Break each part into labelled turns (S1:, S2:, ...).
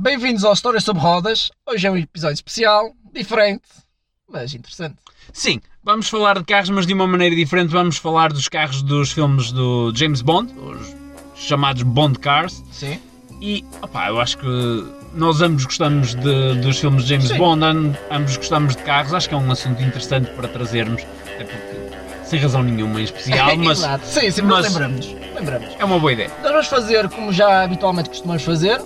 S1: bem-vindos ao História sobre Rodas. Hoje é um episódio especial, diferente, mas interessante.
S2: Sim, vamos falar de carros, mas de uma maneira diferente. Vamos falar dos carros dos filmes do James Bond, os chamados Bond Cars.
S1: Sim.
S2: E, opá, eu acho que nós ambos gostamos de- dos filmes de James
S1: Sim.
S2: Bond, am- ambos gostamos de carros. Acho que é um assunto interessante para trazermos, até porque, sem razão nenhuma em
S1: É
S2: especial, mas
S1: Exato. Sim, sim, mas
S2: mas-
S1: lembramos. Lembramos.
S2: é uma boa ideia.
S1: Nós vamos fazer como já habitualmente costumamos fazer.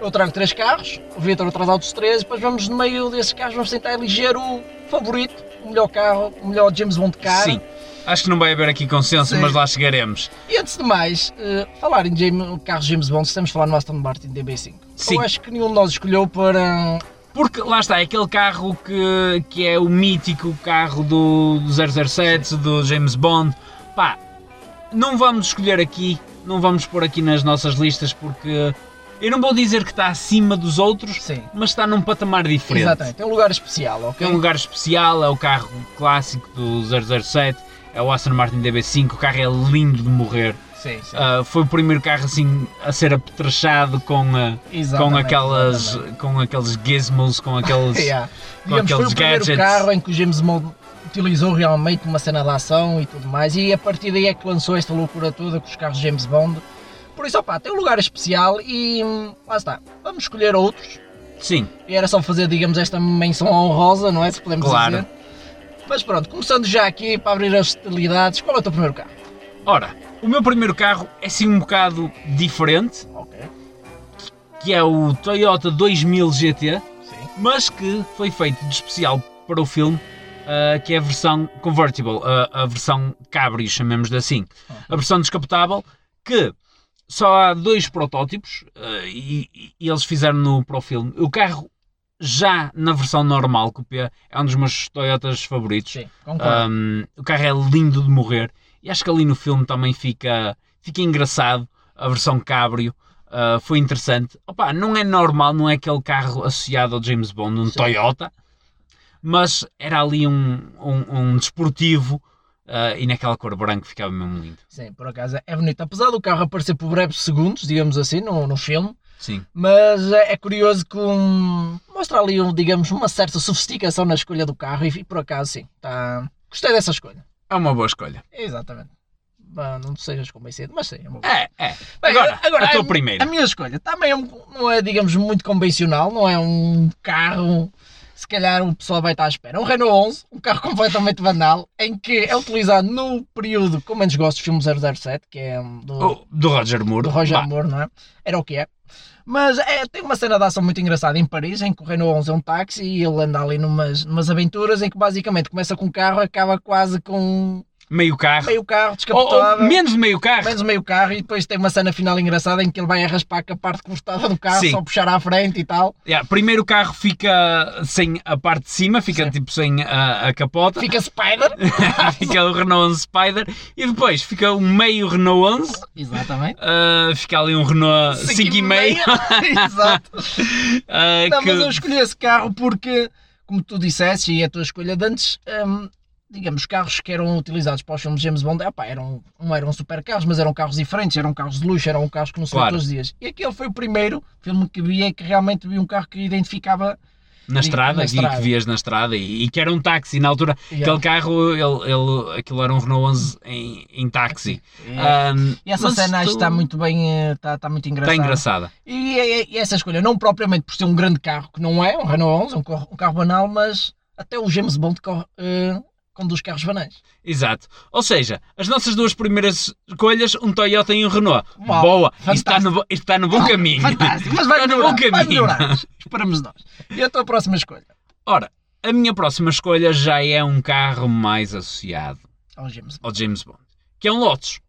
S1: Eu trago três carros, o Vitor traz outros três, depois vamos no meio desses carros, vamos tentar eleger o favorito, o melhor carro, o melhor James Bond carro.
S2: Sim, acho que não vai haver aqui consenso,
S1: Sim.
S2: mas lá chegaremos.
S1: E antes de mais, eh, falar em James, carros James Bond, estamos a falar no Aston Martin DB5.
S2: Sim.
S1: Eu acho que nenhum de nós escolheu para.
S2: Porque lá está, é aquele carro que, que é o mítico carro do, do 007, do James Bond. Pá, não vamos escolher aqui, não vamos pôr aqui nas nossas listas porque eu não vou dizer que está acima dos outros,
S1: Sim.
S2: mas está num patamar diferente.
S1: Exatamente, é um lugar especial, ok?
S2: É um lugar especial, é o carro clássico do 007, é o Aston Martin DB5, o carro é lindo de morrer.
S1: Sim, sim.
S2: Ah, foi o primeiro carro assim a ser apetrechado com, ah, com,
S1: Exatamente,
S2: aquelas,
S1: exatamente.
S2: com aqueles gizmos, com aqueles...
S1: Yeah. Digamos, foi o
S2: aqueles
S1: primeiro
S2: gadgets.
S1: carro em que o James Bond utilizou realmente uma cena de ação e tudo mais, e a partir daí é que lançou esta loucura toda com os carros James Bond. Por isso, opá, tem um lugar especial e hum, lá está. Vamos escolher outros.
S2: Sim,
S1: E era só fazer, digamos, esta menção honrosa, não é? Se podemos
S2: Claro.
S1: dizer. Mas pronto, começando já aqui para abrir as hostilidades, qual é o teu primeiro carro?
S2: ora, o meu primeiro carro é assim um bocado diferente,
S1: Ok,
S2: que é o Toyota 2000
S1: sim.
S2: GT, mas que foi feito de especial para o filme, ah, que é a versão convertible, ah, a versão cabrio, chamemos de assim. A versão descapotável, que só há dois protótipos ah, e, e- e eles fizeram no para o filme. O carro, já na versão normal, coupé, é um dos meus Toyotas favoritos.
S1: Sim, concordo.
S2: Um, o carro é lindo de morrer e acho que ali no filme também fica, fica engraçado a versão cabrio. uh, foi interessante. Opa, não é normal, não é aquele carro associado ao James Bond, um
S1: Sim.
S2: Toyota, mas era ali um, um, um desportivo uh, e naquela cor branca ficava mesmo lindo.
S1: Sim, por acaso é bonito. Apesar do carro aparecer por breves segundos, digamos assim, no, no filme,
S2: Sim,
S1: Mas é é curioso que um- mostra ali, um, digamos, uma certa sofisticação na escolha do carro e, e por acaso sim, tá, gostei dessa escolha.
S2: é uma boa escolha.
S1: Exatamente. Bom, não sejas convencido, mas sim, é uma boa.
S2: É, é. Agora,
S1: Bem,
S2: a tua
S1: A
S2: primeira.
S1: minha escolha também é um- não é, digamos, muito convencional, não é um carro, se calhar o pessoal vai estar à espera. É Um Renault 11, um carro completamente banal, em que é utilizado no período que eu menos gosto do filme 007, que é um, do,
S2: O- Oh, do Roger Moore.
S1: do Roger
S2: Bah,
S1: Moore, não é? Era o que é. Mas é, tem uma cena de ação muito engraçada em Paris, em que o Renault 11 é um táxi e ele anda ali numas, numas aventuras em que basicamente começa com um carro, acaba quase com um
S2: Meio carro.
S1: meio carro
S2: Ou- ou
S1: descapotável,
S2: menos de meio carro.
S1: menos meio carro, e depois tem uma cena final engraçada em que ele vai a raspar com a parte cortada do carro,
S2: Sim.
S1: só puxar à frente e tal.
S2: Yeah, primeiro o carro fica sem a parte de cima, fica
S1: Sim.
S2: tipo sem a, a capota,
S1: Fica Spider.
S2: fica o Renault 11 Spider e depois fica um meio Renault 11,
S1: Exatamente.
S2: ah, fica ali um Renault 5,5
S1: Exato.
S2: ah,
S1: Não, mas eu
S2: que
S1: escolhi esse carro porque, como tu disseste, e é a tua escolha de antes, hum, digamos, carros que eram utilizados para os filmes de James Bond, epá, eram, não eram super carros, mas eram carros diferentes, eram carros de luxo, eram carros que não se vê
S2: Claro.
S1: todos os dias. E aquele foi o primeiro filme que vi em que realmente vi um carro que identificava.
S2: na estrada,
S1: na
S2: aqui
S1: estrada.
S2: que vias na estrada e, e que era um táxi na altura. Aquele carro, ele, ele- aquilo era um Renault 11 em, em táxi.
S1: E,
S2: Ah,
S1: eh, e essa
S2: mas
S1: cena acho que
S2: tu-
S1: está muito bem, eh, está, está muito engraçada.
S2: Está engraçada.
S1: E, e- e essa escolha, não propriamente por ser um grande carro, que não é, um Renault 11, um carro, um carro banal, mas até o James Bond corre, eh, conduz carros banais.
S2: Exato. Ou seja, as nossas duas primeiras escolhas, um Toyota e um Renault.
S1: Uau,
S2: Boa, Isto
S1: fantástico.
S2: está no, bo- isto está no bom caminho.
S1: Ah, Fantástico, mas vai
S2: Está no
S1: melhorar,
S2: bom
S1: vai
S2: caminho.
S1: melhorar. Esperamos nós. E a tua próxima escolha?
S2: Ora, a minha próxima escolha já é um carro mais associado
S1: Ao Então, James Bond.
S2: ao James Bond, que é um Lotus.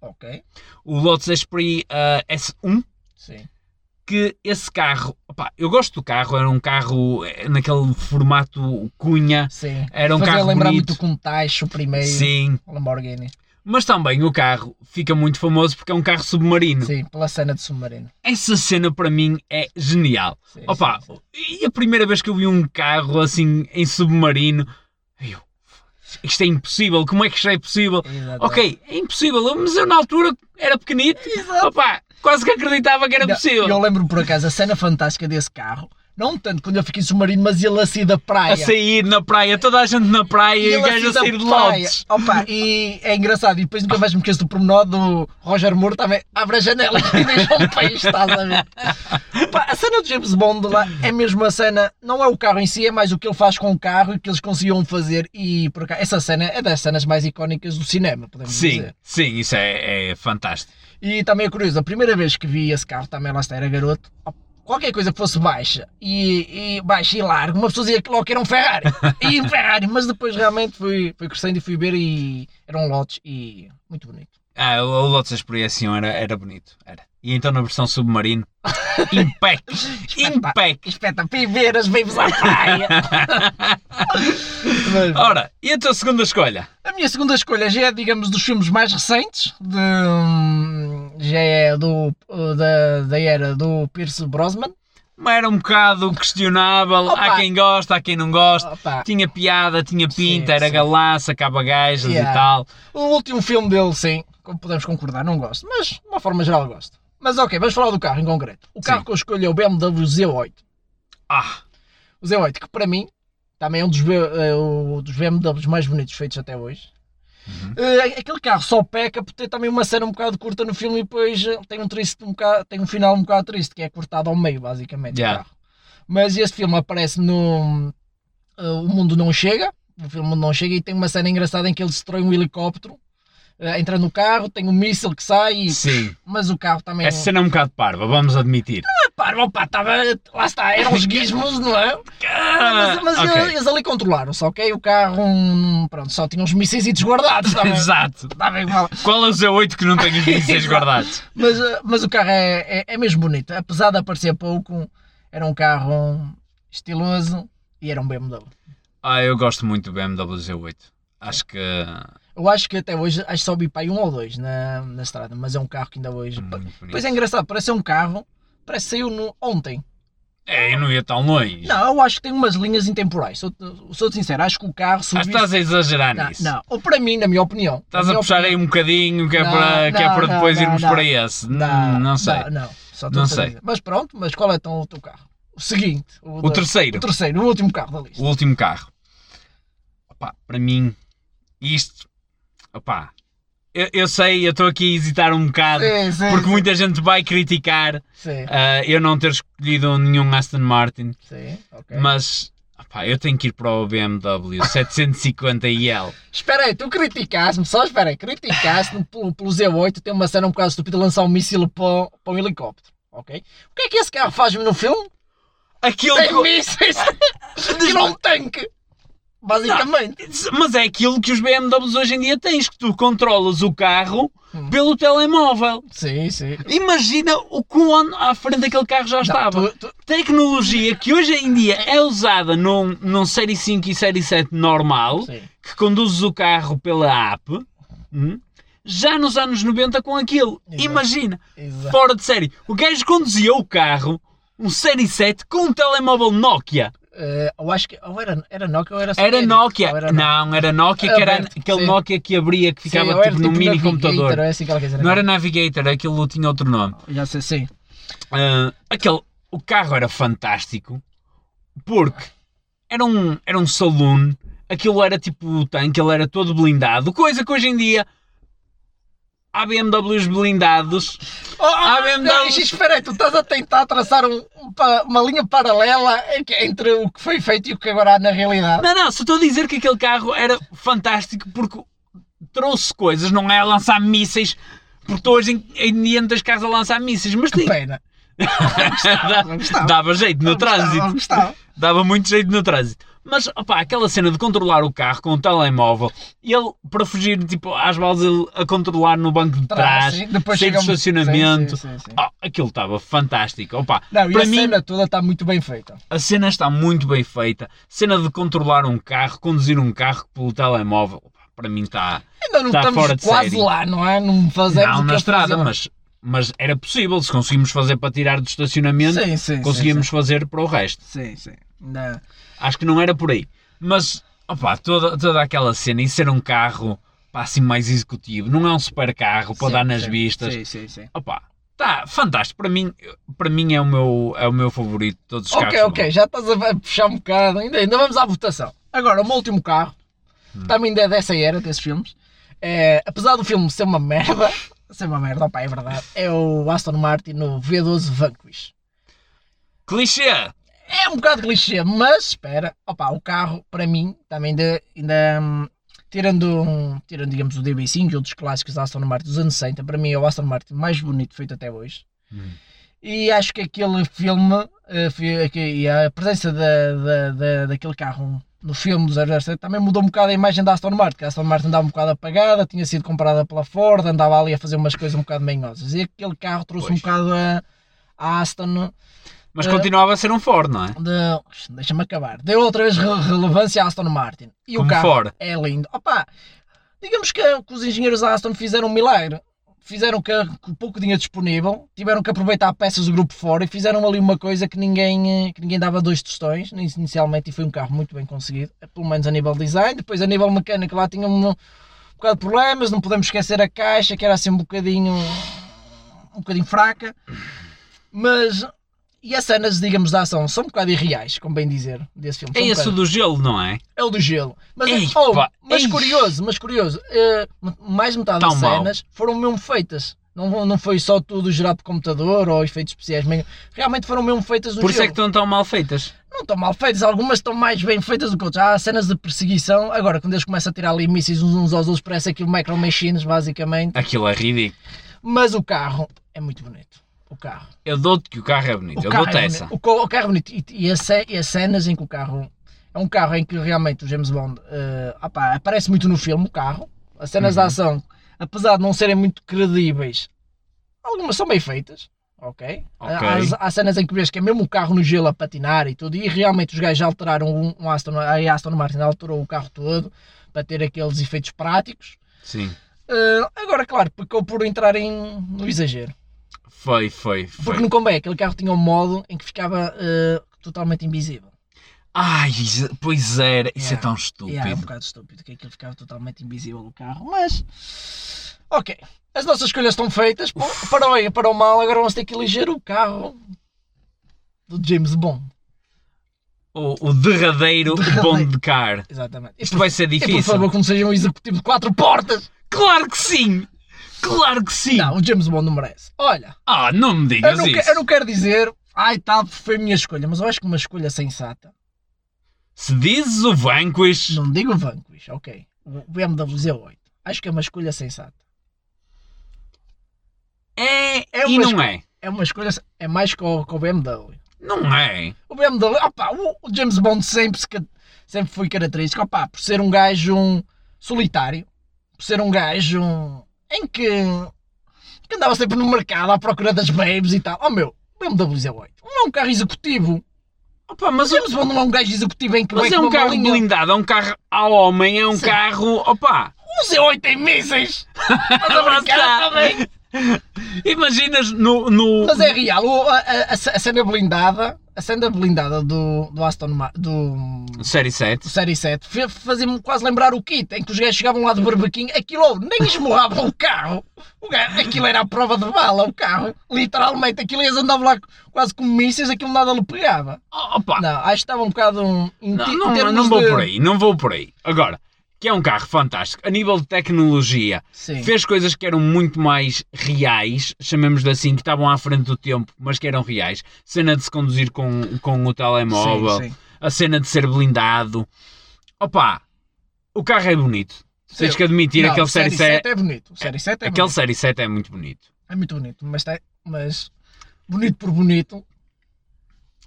S1: Ok,
S2: O Lotus Esprit ah, S1,
S1: sim.
S2: que esse carro, opá, eu gosto do carro, era um carro eh, naquele formato cunha,
S1: Sim.
S2: era um
S1: Fazia
S2: carro
S1: lembrar
S2: bonito.
S1: muito com Taixo primeiro.
S2: Sim,
S1: Lamborghini.
S2: mas também o carro fica muito famoso porque é um carro submarino.
S1: Sim, pela cena de submarino.
S2: Essa cena para mim é genial.
S1: Sim,
S2: Opa,
S1: sim, sim.
S2: e a primeira vez que eu vi um carro assim em submarino, eu, isto é impossível, como é que isto é possível?
S1: Exatamente.
S2: Ok, é impossível, mas eu na altura era pequenito.
S1: Exato.
S2: Opa, quase que acreditava que era
S1: Não,
S2: é possível.
S1: Eu lembro por acaso a cena fantástica desse carro. Não tanto quando eu fiquei submarino, mas ele assim da praia.
S2: A sair na praia, toda a gente na praia e o
S1: ele
S2: gajo a
S1: assim da
S2: sair de
S1: praia.
S2: lotes.
S1: Opa, e é engraçado. E depois nunca mais me esqueço do pormenor do Roger Moore também. Abre a janela e deixa um peixe, estás a ver? Opa, a cena do James Bond lá é mesmo a cena. Não é o carro em si, é mais o que ele faz com o carro e o que eles conseguiam fazer. E por acaso, essa cena é das cenas mais icónicas do cinema, podemos dizer.
S2: Sim, sim, isso é, é fantástico.
S1: E também é curioso, a primeira vez que vi esse carro, também lá está, era garoto, qualquer coisa que fosse baixa e, e baixa e largo, uma pessoa dizia que logo que era um Ferrari, e um Ferrari, mas depois realmente fui, fui crescendo e fui ver e eram lotes e muito bonito.
S2: Ah, o, o Lotus da Expiação era, era bonito. Era. E então na versão submarino, impec, impec.
S1: Espeta, piveiras, vivos à praia. Mas,
S2: Ora, e a tua segunda escolha?
S1: a minha segunda escolha já é, digamos, dos filmes mais recentes, de, hum, já é do, da, da era do Pierce Brosnan.
S2: Mas era um bocado questionável.
S1: Opa.
S2: Há quem gosta, há quem não gosta.
S1: Opa,
S2: Tinha piada, tinha pinta,
S1: Sim,
S2: era
S1: sim.
S2: galaça, capa gajas
S1: Yeah.
S2: e tal.
S1: O último filme dele, sim, como podemos concordar, não gosto, mas de uma forma geral gosto. Mas ok, vamos falar do carro em concreto. O carro
S2: Sim.
S1: que eu escolho é o BMW Z8.
S2: Ah,
S1: O Z8, é que para mim também é um dos, B- é um dos BMWs mais bonitos feitos até hoje.
S2: Uhum.
S1: Eh, aquele carro só peca por ter também uma cena um bocado curta no filme e depois eh, tem um, triste, um bocado- tem um final um bocado triste, que é cortado ao meio, basicamente. o
S2: Yeah.
S1: carro. Mas este filme aparece no eh, O Mundo Não Chega. O filme O Mundo Não Chega e tem uma cena engraçada em que ele destrói um helicóptero, eh, entra no carro, tem um míssil que sai, e-
S2: sim.
S1: mas o carro também.
S2: Essa cena é um bocado parva, vamos admitir.
S1: Pá, opa, tava, lá está, eram os gizmos, não é?
S2: Ah,
S1: mas mas
S2: ok.
S1: eles, eles ali controlaram-se, ok? O carro, hum, pronto, só tinha uns mísseis guardados, está bem?
S2: Exato.
S1: Está bem, mal.
S2: Qual é o Z8 que não tem os 16
S1: Exato.
S2: guardados?
S1: Mas, eh, mas o carro é, é, é mesmo bonito. Apesar de aparecer pouco, era um carro estiloso e era um BMW.
S2: Ah, eu gosto muito do BMW Z8. Acho que é
S1: Eu acho que até hoje acho que só vi para aí um ou dois na, na estrada, mas é um carro que ainda hoje.
S2: hum, muito
S1: Pois
S2: bonito.
S1: é engraçado, parece ser um carro, parece que saiu no, ontem.
S2: É, eu não ia tão longe.
S1: Não, eu acho que tem umas linhas intemporais. Sou, sou sincero, acho que o carro
S2: Acho que
S1: subiu.
S2: Ah, estás a exagerar
S1: Não,
S2: nisso.
S1: não, ou para mim, na minha opinião. na
S2: Estás a
S1: minha
S2: puxar aí
S1: opinião-
S2: um bocadinho que é
S1: Não,
S2: para, que é
S1: não,
S2: para
S1: não,
S2: depois
S1: não,
S2: irmos
S1: não.
S2: para esse. Hum, Não, sei.
S1: Não, não, só
S2: Não
S1: não
S2: sei.
S1: sei. Mas pronto, mas qual é então o teu carro? O seguinte,
S2: O
S1: da-
S2: terceiro,
S1: o terceiro, o último carro da lista.
S2: o último carro. Opa, para mim, isto. Opa, eu, eu sei, eu estou aqui a hesitar um bocado.
S1: Sim, sim,
S2: Porque
S1: sim,
S2: muita gente vai criticar
S1: sim,
S2: ah, eu não ter escolhido nenhum Aston Martin,
S1: sim, ok.
S2: mas opá, eu tenho que ir para o BMW 750iL.
S1: Espera aí, tu criticaste-me, só espera aí, criticaste-me pelo, pelo Z8 tem uma cena um bocado estúpida de lançar um míssil para, o- para um helicóptero, ok? O que é que esse carro faz no filme?
S2: Aquilo
S1: Tem
S2: que-
S1: mísseis e não um tanque, basicamente.
S2: Mas é aquilo que os BMWs hoje em dia tens, que tu controlas o carro
S1: Hum.
S2: pelo telemóvel.
S1: Sim, sim.
S2: Imagina o quão à frente daquele carro já estava.
S1: Não, tu- tu-
S2: Tecnologia que hoje em dia é usada num, num Série 5 e Série 7 normal,
S1: sim.
S2: que conduzes o carro pela app, hum, já nos anos 90 com aquilo.
S1: Exato.
S2: Imagina,
S1: Exato.
S2: fora de série. O gajo conduzia o carro, um Série 7, com um telemóvel Nokia.
S1: Eh, eu acho que ou era, era Nokia ou era
S2: Era
S1: Sony?
S2: Nokia.
S1: Ou era
S2: Não, era Nokia, que era
S1: Aberto,
S2: aquele
S1: sim.
S2: Nokia que abria, que
S1: Sim,
S2: ficava
S1: ou era
S2: tipo num mini
S1: Navigator,
S2: computador.
S1: ou assim, qualquer coisa,
S2: Não era Navigator, aquilo tinha outro nome.
S1: Já sei, sim.
S2: Ah, aquele, o carro era fantástico porque era um, era um saloon, aquilo era tipo o tanque, ele era todo blindado, coisa que hoje em dia há BMWs blindados.
S1: Oh, ah,
S2: Ah, mesmo,
S1: não,
S2: não.
S1: espera aí, tu estás a tentar traçar um- um pa- uma linha paralela entre o que foi feito e o que agora há na realidade.
S2: Não, não, só estou a dizer que aquele carro era fantástico porque trouxe coisas, não é a lançar mísseis, porque tu hoje em, em dia não tens carros a lançar mísseis, mas
S1: Que
S2: tem,
S1: pena.
S2: dá-
S1: Não gostava.
S2: dava jeito no
S1: Não gostava,
S2: trânsito.
S1: não gostava.
S2: Dava muito jeito no trânsito. Mas, opá, aquela cena de controlar o carro com o telemóvel, e ele, para fugir, tipo, às balas, ele a controlar no banco de trás,
S1: Sim, depois
S2: sem
S1: chegamos-
S2: estacionamento.
S1: Sim, sim, sim, sim.
S2: Oh, aquilo estava fantástico. Opá,
S1: Não, e
S2: para
S1: a
S2: mim-
S1: cena toda está muito bem feita.
S2: a cena está muito bem feita. Cena de controlar um carro, conduzir um carro pelo telemóvel, opá, para mim está...
S1: Ainda não
S2: Está fora de
S1: estamos quase
S2: série.
S1: lá, não é? Não fazemos
S2: Não
S1: o que
S2: na
S1: é
S2: estrada,
S1: fazer.
S2: mas, mas era possível. Se conseguimos fazer para tirar do estacionamento,
S1: Sim, sim, sim,
S2: conseguíamos fazer para o resto.
S1: Sim, sim. Não.
S2: Acho que não era por aí. Mas, opá, toda, toda aquela cena, isso era um carro, pá, assim mais executivo, não é um super carro para
S1: Sim,
S2: dar nas
S1: sim.
S2: vistas.
S1: Sim, sim, sim.
S2: Opá, Tá, fantástico. Para mim, para mim é, o meu, é o meu favorito de todos os
S1: Ok,
S2: carros.
S1: ok, já estás a puxar um bocado. Ainda, ainda vamos à votação. Agora, o meu último carro,
S2: Hum.
S1: também ainda é dessa era, desses filmes. É, apesar do filme ser uma merda, ser uma merda, opá, é verdade, é o Aston Martin no V12 Vanquish.
S2: Clichê!
S1: É um bocado clichê, mas espera, opá, o carro, para mim, também ainda. ainda hum, Tirando, um- tirando, digamos, o DB5 e outros clássicos da Aston Martin dos anos 60, para mim é o Aston Martin mais bonito feito até hoje. E acho que aquele filme eh, fi- que- e a presença da, da, da- daquele carro no filme do 007 também mudou um bocado a imagem da Aston Martin, que a Aston Martin andava um bocado apagada, tinha sido comprada pela Ford, andava ali a fazer umas coisas um bocado manhosas. E aquele carro trouxe um
S2: Pois.
S1: bocado a, a Aston.
S2: Mas
S1: Eh.
S2: continuava a ser um Ford, não é?
S1: De, deixa-me acabar. Deu outra vez re- relevância à Aston Martin. E o
S2: Como
S1: carro
S2: Ford.
S1: é lindo. Opa, digamos que, que os engenheiros da Aston fizeram um milagre. Fizeram que, com pouco dinheiro disponível, tiveram que aproveitar peças do grupo fora e fizeram ali uma coisa que ninguém, eh, que ninguém dava dois tostões in- inicialmente e foi um carro muito bem conseguido, eh, pelo menos a nível design. Depois, a nível mecânico, lá tinha um, um bocado de problemas. Não podemos esquecer a caixa que era assim um bocadinho, um bocadinho fraca, mas. E as cenas, digamos, da ação são um bocado irreais, como bem dizer, desse filme.
S2: É
S1: São um
S2: esse
S1: bocado-
S2: o do gelo, não é?
S1: é o do gelo. Mas, é-
S2: Eipa,
S1: oh, mas
S2: ei.
S1: curioso, mas curioso, eh, mais metade
S2: Tão
S1: das
S2: mau.
S1: cenas foram mesmo feitas. Não, não foi só tudo gerado por computador ou efeitos especiais. mas Realmente foram mesmo feitas no
S2: Por isso é
S1: gelo.
S2: que estão tão mal feitas.
S1: Não estão mal feitas, algumas estão mais bem feitas do que outras. Há cenas de perseguição. Agora, quando eles começam a tirar ali mísseis uns uns aos outros, parece aquilo Micro Machines, basicamente.
S2: Aquilo é ridículo.
S1: Mas o carro é muito bonito. O carro.
S2: Eu dou-te que o carro é bonito.
S1: O
S2: Eu
S1: carro,
S2: dou-te
S1: é
S2: essa.
S1: bonito. O co- o carro é bonito. E, e, as, ce- e as cenas em que o carro. É um carro em que realmente o James Bond eh, opá, aparece muito no filme. O carro. As cenas
S2: Uhum.
S1: de ação, apesar de não serem muito credíveis, algumas são bem feitas. Ok?
S2: Ok.
S1: Há, há- há cenas em que vês que é mesmo o carro no gelo a patinar e tudo. E realmente os gajos alteraram um, um Aston, a Aston Martin alterou o carro todo para ter aqueles efeitos práticos.
S2: Sim.
S1: Eh, agora, claro, pecou por entrar em, no exagero.
S2: Foi, foi,
S1: Porque
S2: foi.
S1: no Comboio aquele carro tinha um modo em que ficava eh, totalmente invisível.
S2: Ai, isso- pois era. Isso é
S1: Yeah.
S2: tão
S1: E
S2: estúpido.
S1: era um bocado estúpido que aquilo ficava totalmente invisível o carro, mas. Ok. As nossas escolhas estão feitas. Pô, Para o bem, para o mal, agora vamos ter que eleger o carro do James Bond.
S2: O, o derradeiro
S1: Derradeiro.
S2: bom de car.
S1: Exatamente. E
S2: Isto
S1: por-
S2: vai ser
S1: e por
S2: difícil.
S1: favor, que não seja um executivo de quatro portas!
S2: Claro que sim! Claro que sim!
S1: Não, o James Bond não merece. Olha,
S2: Ah, não me digas
S1: eu não, que-
S2: isso!
S1: eu não quero dizer. Ai, tal, foi a minha escolha, mas eu acho que uma escolha sensata.
S2: Se dizes o Vanquish,
S1: Não digo o Vanquish, ok. O BMW Z8. Acho que é uma escolha sensata.
S2: é,
S1: É
S2: e
S1: uma
S2: não é.
S1: é uma escolha, é mais que o, que o BMW.
S2: Não é.
S1: O BMW, opá, o, o James Bond sempre, se ca- sempre foi característico, opá, por ser um gajo um, solitário, por ser um gajo um, em que, que andava sempre no mercado à procura das babes e tal. Oh meu, o BMW Z8 não é um carro executivo.
S2: Opa, mas,
S1: O James Bond não é um gajo executivo em que vai
S2: mas é
S1: com
S2: um
S1: uma
S2: carro
S1: malinha.
S2: blindado, é um carro ao homem, é um
S1: Sim.
S2: carro. Opa!
S1: O Z8 tem mísseis! Mas
S2: Tá
S1: a brincar também!
S2: Imaginas no. no
S1: tá Mas é real, o- a, a- a cena blindada, a cena blindada do, do Aston Martin, do,
S2: Série 7.
S1: do Série 7, fe- fazia-me quase lembrar o kit, em que os gajos chegavam lá de barbequinho, aquilo ou nem esmorravam o carro, o gajo, aquilo era a prova de bala, o carro, literalmente, aquilo eles andavam lá quase com mísseis, aquilo nada lhe pegava.
S2: Opa!
S1: Não, acho que estava um bocado um, em
S2: Não,
S1: ti- em
S2: não,
S1: termos
S2: não vou
S1: de-
S2: por aí, não vou por aí. Agora, que é um carro fantástico. A nível de tecnologia,
S1: Sim,
S2: fez coisas que eram muito mais reais, chamemos-lhe assim, que estavam à frente do tempo, mas que eram reais. Cena de se conduzir com, com o telemóvel,
S1: sim, sim.
S2: a cena de ser blindado. Opa, o carro é bonito. Tens
S1: Sim.
S2: que admitir,
S1: Não,
S2: aquele
S1: o
S2: série
S1: Série
S2: 7,
S1: 7 é bonito, o Série 7 é
S2: aquele
S1: bonito,
S2: série 7 é muito bonito.
S1: é muito bonito, mas, tem- mas bonito por bonito,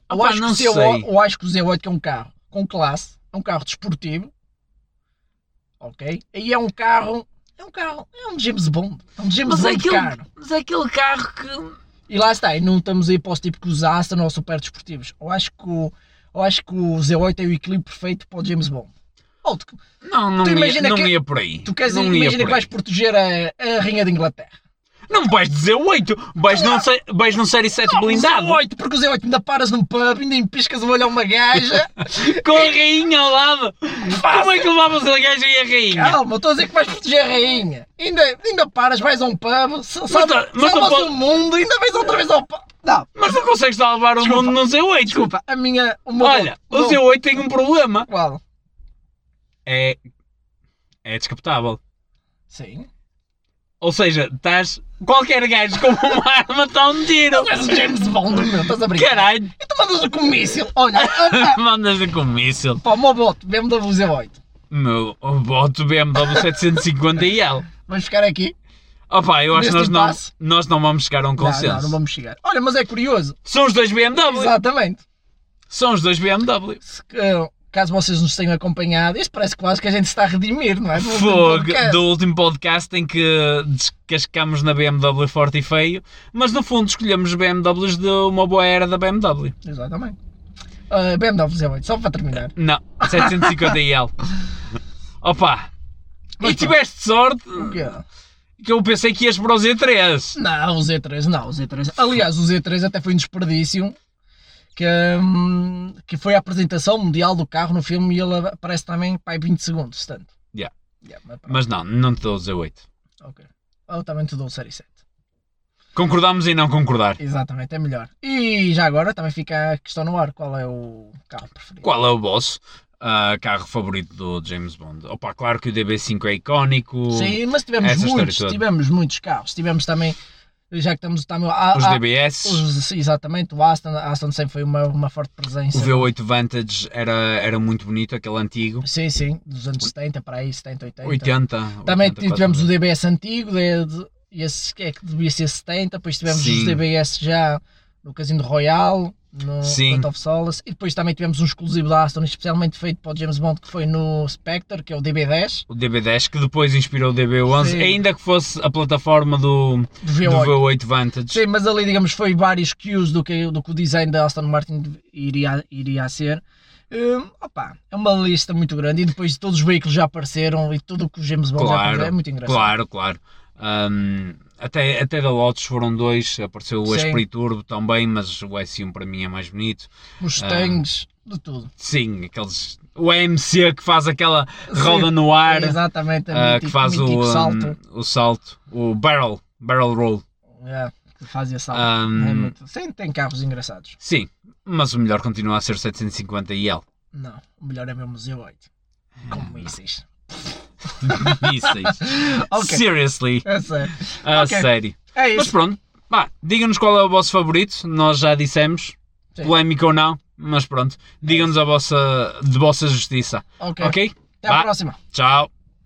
S1: Eu
S2: Opa,
S1: acho,
S2: não
S1: que o
S2: sei.
S1: Z8, eu acho que o Z8 que é um carro com classe, é um carro desportivo, ok? E é um carro, é um carro, é um James Bond, é um James
S2: Mas é,
S1: Bond
S2: aquele,
S1: caro.
S2: mas é aquele carro que.
S1: E lá está, e não estamos aí para tipo os típicos Aston ou super desportivos. Eu acho que o, eu acho que o Z8 é o equilíbrio perfeito para o James Bond. Ou tu,
S2: Não, não,
S1: Tu
S2: ia,
S1: imagina
S2: não
S1: que-
S2: ia por aí.
S1: tu queres,
S2: não ia
S1: imagina
S2: por
S1: que vais
S2: aí.
S1: proteger a, a Rainha de Inglaterra.
S2: Não vais dizer 8, vais num, se- vais num Série 7 blindado.
S1: 8, porque o Z8 ainda paras num pub, ainda empiscas o olho a uma gaja.
S2: Com a rainha ao lado. Como é que levavas a gaja e a rainha?
S1: Calma, eu estou a dizer que vais proteger a rainha. Ainda, ainda paras, vais a um pub, sa-
S2: Mas
S1: salva-
S2: tá-
S1: salvas
S2: mas tu pode-
S1: o mundo, ainda vais outra vez ao pub. Não,
S2: Mas não consegues salvar o
S1: Desculpa.
S2: mundo num Z8.
S1: desculpa, a minha. o meu-
S2: Olha, o
S1: meu-
S2: Z8 tem um problema.
S1: Qual?
S2: É. É descapotável.
S1: Sim.
S2: Ou seja, estás. Qualquer gajo com uma arma está um tiro.
S1: Tu és o James Bond, meu, estás a brincar.
S2: Caralho,
S1: E tu mandas o com um míssil. Olha, ah, ah,
S2: mandas-lhe com um míssil.
S1: pá, o meu bote, BMW Z8.
S2: Meu, o bote BMW 750 e ele.
S1: Vamos ficar aqui.
S2: Opa, eu acho que nós
S1: Neste
S2: não,
S1: impasse?
S2: nós não vamos chegar a um
S1: Não, não,
S2: consenso.
S1: não vamos chegar. Olha, mas é curioso.
S2: São os dois BMW.
S1: Exatamente.
S2: São os dois BMW.
S1: se- eh, caso vocês nos tenham acompanhado, isto parece quase que a gente se está a redimir, não é? Do último
S2: Fogo
S1: podcast.
S2: do último podcast em que descascamos na BMW forte e feio, mas no fundo escolhemos BMWs de uma boa era da BMW.
S1: Exatamente. Uh, BMW Z8, só para terminar.
S2: Não, 750iL. Opa!
S1: Mas
S2: e tiveste sorte
S1: O quê?
S2: que eu pensei que ias para o Z3.
S1: Não, o Z3, não, o Z3. Aliás, o Z3 até foi um desperdício. Que, hum, que foi a apresentação mundial do carro no filme e ele aparece também pai 20 segundos, tanto.
S2: Yeah.
S1: mas pronto,
S2: Mas não, não te dou o Z8.
S1: ok. Eu também te dou o Série 7.
S2: Concordamos em não concordar.
S1: Exatamente, é melhor. E já agora também fica a questão no ar: qual é o carro preferido?
S2: Qual é o vosso ah, carro favorito do James Bond? Opa, claro que o DB5 é icónico.
S1: Sim, mas tivemos
S2: essa história
S1: muitos,
S2: toda.
S1: tivemos muitos carros. Tivemos também, já que estamos também, há-
S2: Os
S1: há-
S2: DBS.
S1: Ah, os- exatamente, o Aston, a Aston sempre foi uma, uma forte presença.
S2: O um. V8 Vantage era, era muito bonito, aquele antigo.
S1: Sim, sim, dos anos 70 para aí, 70, 80.
S2: 80.
S1: Então. Também
S2: 80, quase
S1: tivemos o
S2: 90.
S1: DBS antigo, de, de, esse que é que devia ser 70, depois tivemos
S2: Sim.
S1: os DBS já no Casino Royal, no
S2: Sim.
S1: Court of Solace, e depois também tivemos um exclusivo da Aston, especialmente feito para o James Bond, que foi no Spectre, que é o DB10,
S2: o DB10 que depois inspirou o DB11,
S1: Sim.
S2: ainda que fosse a plataforma do,
S1: do
S2: do
S1: V8.
S2: V8 Vantage.
S1: Sim, mas ali, digamos, foi vários cues do que, do que o design da Aston Martin iria, iria ser. Hum, opa, é uma lista muito grande e depois todos os veículos já apareceram e tudo o que o James Bond já
S2: Claro,
S1: apareceu, é muito engraçado.
S2: Claro, claro. Hum, até, até da Lotus foram dois, apareceu o
S1: Sim.
S2: Esprit Turbo também, mas o S1 para mim é mais bonito.
S1: Mustangs, de tudo.
S2: Sim, aqueles. O MC que faz aquela
S1: Sim,
S2: roda no ar,
S1: Exatamente, é
S2: ah,
S1: mítico,
S2: que faz o,
S1: mítico
S2: hum,
S1: salto.
S2: o salto, o barrel, barrel roll.
S1: É, que fazia salto.
S2: Hum,
S1: É muito- Sim, tem carros engraçados.
S2: Sim, mas o melhor continua a ser o 750 e L.
S1: Não, o melhor é mesmo o Z8. Com
S2: Hum.
S1: mísseis.
S2: Mísseis.
S1: Ok,
S2: Seriously.
S1: é sério.
S2: A
S1: Ok.
S2: sério.
S1: É
S2: Mas
S1: isso.
S2: pronto, vá, digam-nos qual é o vosso favorito, nós já dissemos,
S1: Sim.
S2: polémico ou não, mas pronto, digam-nos a vossa, de vossa justiça,
S1: Ok,
S2: ok?
S1: até à
S2: Vá.
S1: próxima.
S2: Tchau!